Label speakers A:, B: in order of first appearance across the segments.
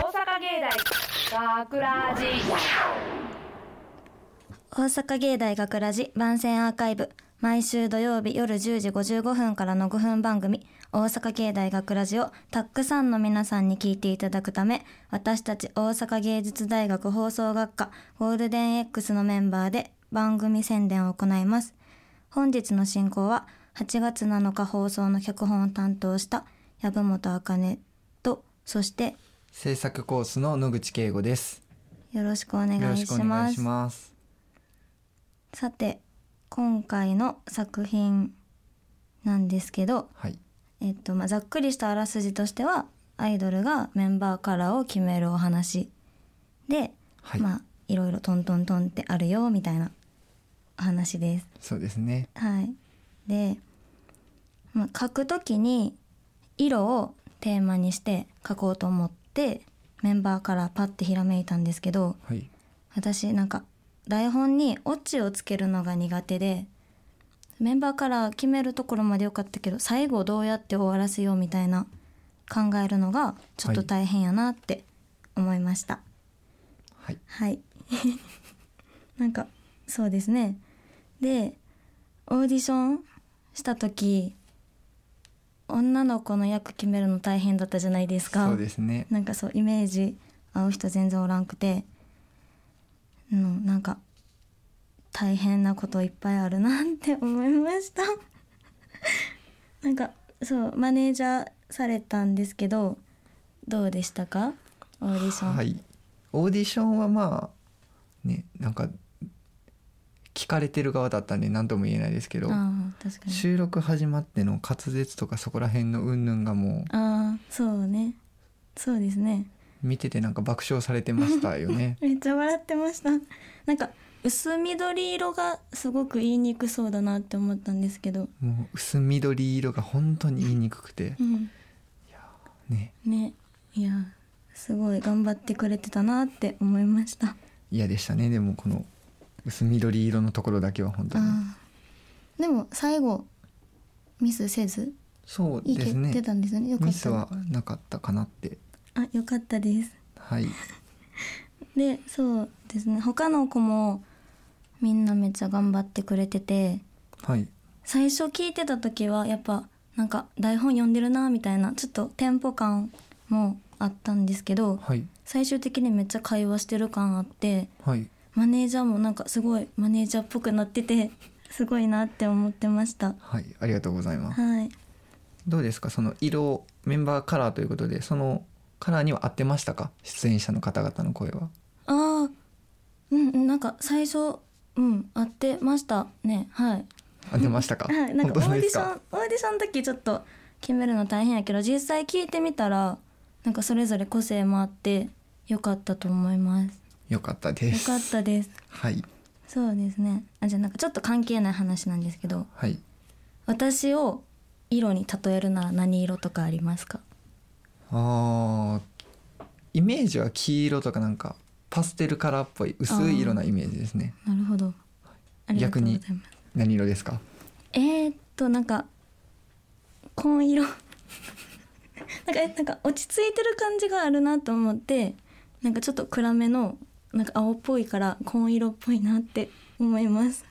A: 大学ラジ
B: 大阪芸大学ラジ番宣アーカイブ毎週土曜日夜10時55分からの5分番組「大阪芸大学ラジをたくさんの皆さんに聞いていただくため私たち大阪芸術大学放送学科ゴールデン X のメンバーで番組宣伝を行います本日の進行は8月7日放送の脚本を担当した籔本茜とそして
C: 制作コースの野口圭吾です。
B: よろしくお願
C: よろ
B: い
C: し
B: し
C: くお願
B: ま
C: いし
B: す
C: ます。
B: さて今回の作品なんですけど、
C: はい。
B: えっとまあ、ざっくりしたあらすじとしてはアイドルがメンバーカラーを決めるお話で、
C: はい
B: まあいろいろトントントンってあるよみたいなお話です。
C: そうですね。
B: はい、で、まあ、書くときに色をテーマにして書こうと思ってメンバーカラーパッてひらめいたんですけど、
C: はい。
B: 私なんか台本にオチをつけるのが苦手でメンバーから決めるところまでよかったけど最後どうやって終わらせようみたいな考えるのがちょっと大変やなって思いました
C: はい。
B: はい、 なんかそうですねでオーディションした時女の子の役決めるの大変だったじゃないですか
C: そうですね。
B: なんかそうイメージ合う人全然おらんくて、うん、なんか大変なこといっぱいあるなって思いました なんかそうマネージャーされたんですけどどうでしたかオーディション、
C: はい。オーディションはまあねなんか聞かれてる側だったんで何とも言えないですけ
B: あ
C: ど、
B: あ確かに
C: 収録始まっての滑舌とかそこら辺の云々がも
B: ああそうねそうですね。
C: う見ててなんか爆笑されてましたよね
B: めっちゃ笑ってましたなんか薄緑色がすごく言いにくそうだなって思ったんですけど
C: もう薄緑色が本当に言いにくくて
B: うん
C: ね
B: ねいやすごい頑張ってくれてたなって思いました
C: 嫌でしたねでもこの薄緑色のところだけは本当に。
B: あーでも最後ミスせず
C: そう
B: いい
C: で
B: 結
C: す
B: 果
C: ね
B: 出。たんですよねよか
C: ミ
B: っ
C: ス
B: た
C: はなかったかなって。
B: あよかったです
C: はい。
B: でそうですね他の子もみんなめっちゃ頑張ってくれてて
C: はい。
B: 最初聞いてた時はやっぱなんか台本読んでるなみたいなちょっとテンポ感もあったんですけど
C: はい。
B: 最終的にめっちゃ会話してる感あって
C: はい。
B: マネージャーもなんかすごいマネージャーっぽくなってて すごいなって思ってました
C: はい。ありがとうございます。
B: はい
C: どうですかその色、メンバーカラーということで、そのカラーには合ってましたか出演者の方々の声は。
B: ああうんなんか最初うん合ってましたねはい
C: 合ってましたか
B: はいなんかオ
C: 本当
B: ーデ
C: で
B: ィ
C: す
B: ション
C: か
B: オーディションの時ちょっと決めるの大変やけど実際聞いてみたらなんかそれぞれ個性もあってよかったと思います
C: よかったで
B: よ
C: す。
B: かったです
C: はい。
B: そうですねあじゃあなんかちょっと関係ない話なんですけど
C: はい。
B: 私を色に例えるなら何色とかありますか
C: あーイメージは黄色とかなんか、パステルカラーっぽい薄い色なイメージですね。
B: なるほどありがとうございます
C: 何色ですか
B: えー、っとなんか紺色 なんかえなんか落ち着いてる感じがあるなと思ってなんかちょっと暗めのなんか青っぽいから紺色っぽいなって思います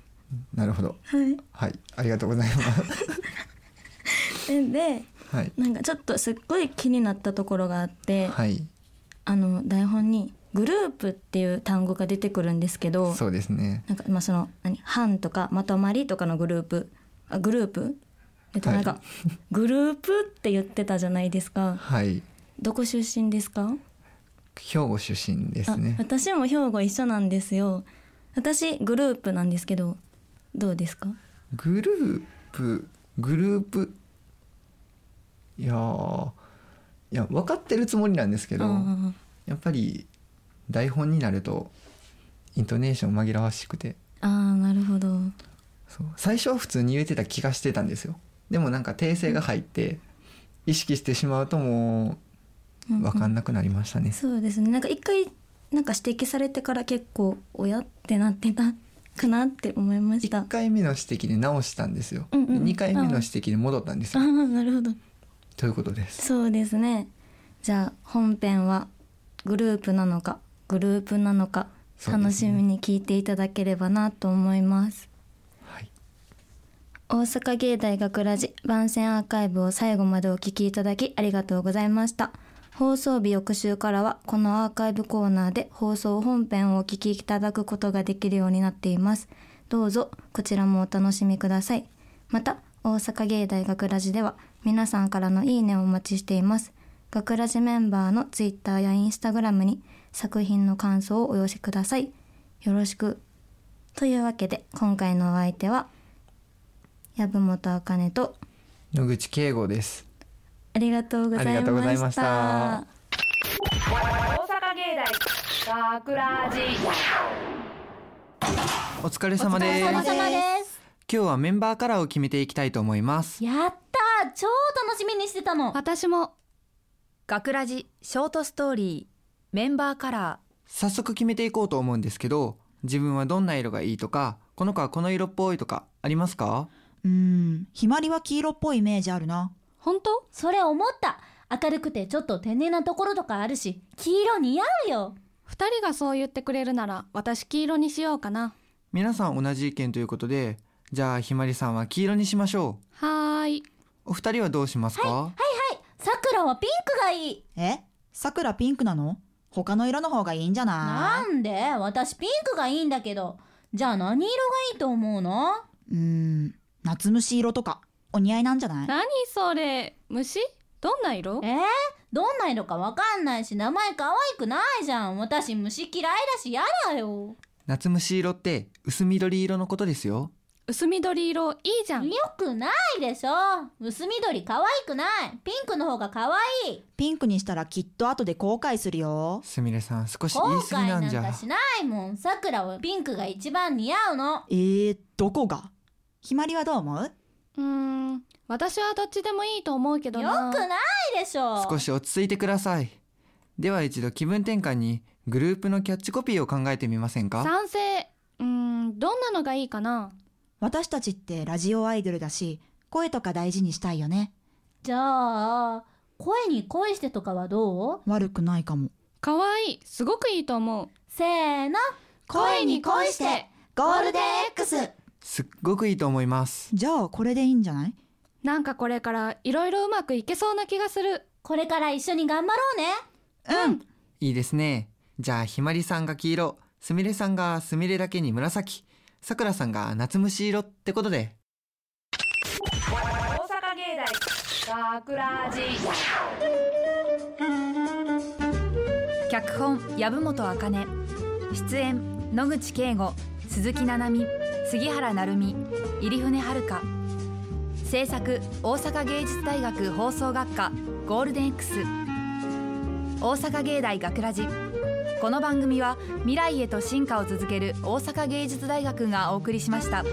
C: なるほど。
B: はい
C: はい。ありがとうございます。
B: でで
C: はい。
B: なんかちょっとすっごい気になったところがあって、
C: はい。
B: あの台本に「グループ」っていう単語が出てくるんですけど
C: そうですね。
B: なんかまあその何班とかまとまりとかのグループあグループえっと
C: はい
B: なんか、グループって言ってたじゃないですか
C: はい。
B: どこ出身ですか
C: 兵庫出身です
B: あ
C: ね。
B: 私も兵庫一緒なんですよ私グループなんですけどどうですか
C: グループ、グループ。いやー、いや、分かってるつもりなんですけど、
B: あ
C: やっぱり台本になると。イントネーション紛らわしくて、
B: ーあーなるほど
C: そう最初は普通に言えてた気がしてたんですよ。でもなんか訂正が入って、意識してしまうともう分かんなくなりましたね。
B: そうですねなんか一回なんか指摘されてから結構おやってなってたかなって思いまし
C: 一
B: たあ
C: 回目の指摘で直したんですよ。
B: うんうんうん
C: 二回目の指摘で戻ったんです
B: あ
C: よ。
B: ーなるほど
C: ということです。
B: そうですねじゃあ本編はグループなのかグループなのか
C: そうですね
B: 楽しみに聞いていただければなと思います
C: はい、
B: 大阪芸大学ラジ番宣アーカイブを最後までお聞きいただきありがとうございました放送日翌週からはこのアーカイブコーナーで放送本編をお聞きいただくことができるようになっていますどうぞこちらもお楽しみくださいまた大阪芸大学ラジでは皆さんからのいいねをお待ちしています学ラジメンバーのツイッターやインスタグラムに作品の感想をお寄せくださいよろしくというわけで今回のお相手は籔本茜と
C: 野口圭吾です
B: ありがとうござ
C: あり
B: い
C: がとうござい
B: ま
C: ま
B: し
C: したた。
A: 大阪芸大学ラジ
C: お疲れ様です
D: お疲れ様です
C: 今日はメンバーカラーを決めていきたいと思います
D: やったー超楽しみにしてたの
E: 私も学ラジショートストーリーメンバーカラ
C: 早速決めていこうと思うんですけど自分はどんな色がいいとかこの子はこの色っぽいとかありますか
F: うん、ひまりは黄色っぽいイメージあるな。
D: 本当それ思った明るくてちょっと天然なところとかあるし黄色似合うよ
E: ー2人がそう言ってくれるなら私黄色にしようかな
C: 皆さん同じ意見ということでじゃあひまりさんは黄色にしましょ
E: はーいう
C: お二人はどうしますか、
D: さくらはピンクがいい
F: えさくらピンクなの他の色の方がいいんじゃな
D: なんで私ピンクがいいんだけどじゃあ何色がいいと思うの
F: いうん、夏虫色とか、お似合いなんじゃない
E: 何それ虫どんな色
D: えー、どんな色かわかんないし名前可愛くないじゃん私虫嫌いだしやだよ
C: 夏虫色って薄緑色のことですよ
E: 薄緑色いいじゃん
D: よくないでしょ薄緑可愛くないピンクの方が可愛い
F: ピンクにしたらきっと後で後悔するよ。
C: すみれさん少し
D: 後
C: 言い過ぎ
D: 悔
C: な
D: なん
C: じ
D: ん
C: ゃ
D: かしないもんさくらはピンクが一番似合うの
F: えー、どこがひまりはどう思う
E: うーん私はどっちでもいいと思うけど
D: よ
E: な
D: くないでしょ
C: 少し落ち着いてくださいでは一度気分転換にグループのキャッチコピーを考えてみませんか
E: 賛成うーんどんなのがいいかな
F: 私たちってラジオアイドルだし、声とか大事にしたいよね。
D: じゃあ声に恋してとかはどう
F: 悪くないかも。
E: 可愛いすごくいいと思う
D: せーの
E: 声に恋して
F: ゴ
D: ールデン X
C: すっごくいいと思います
F: じゃあこれでいいんじゃない
E: なんかこれからいろいろうまくいけそうな気がする
D: これから一緒に頑張ろうね
F: うん
C: いいですねじゃあひまりさんが黄色すみれさんがすみれだけに紫さくらさんが夏虫色ってことで
A: 大阪芸大学ラジ
E: 脚本籔本茜出演野口圭吾鈴木奈々美杉原成美入船遥制作大阪芸術大学放送学科ゴールデン X 大阪芸大学ラジこの番組は未来へと進化を続ける大阪芸術大学がお送りしました。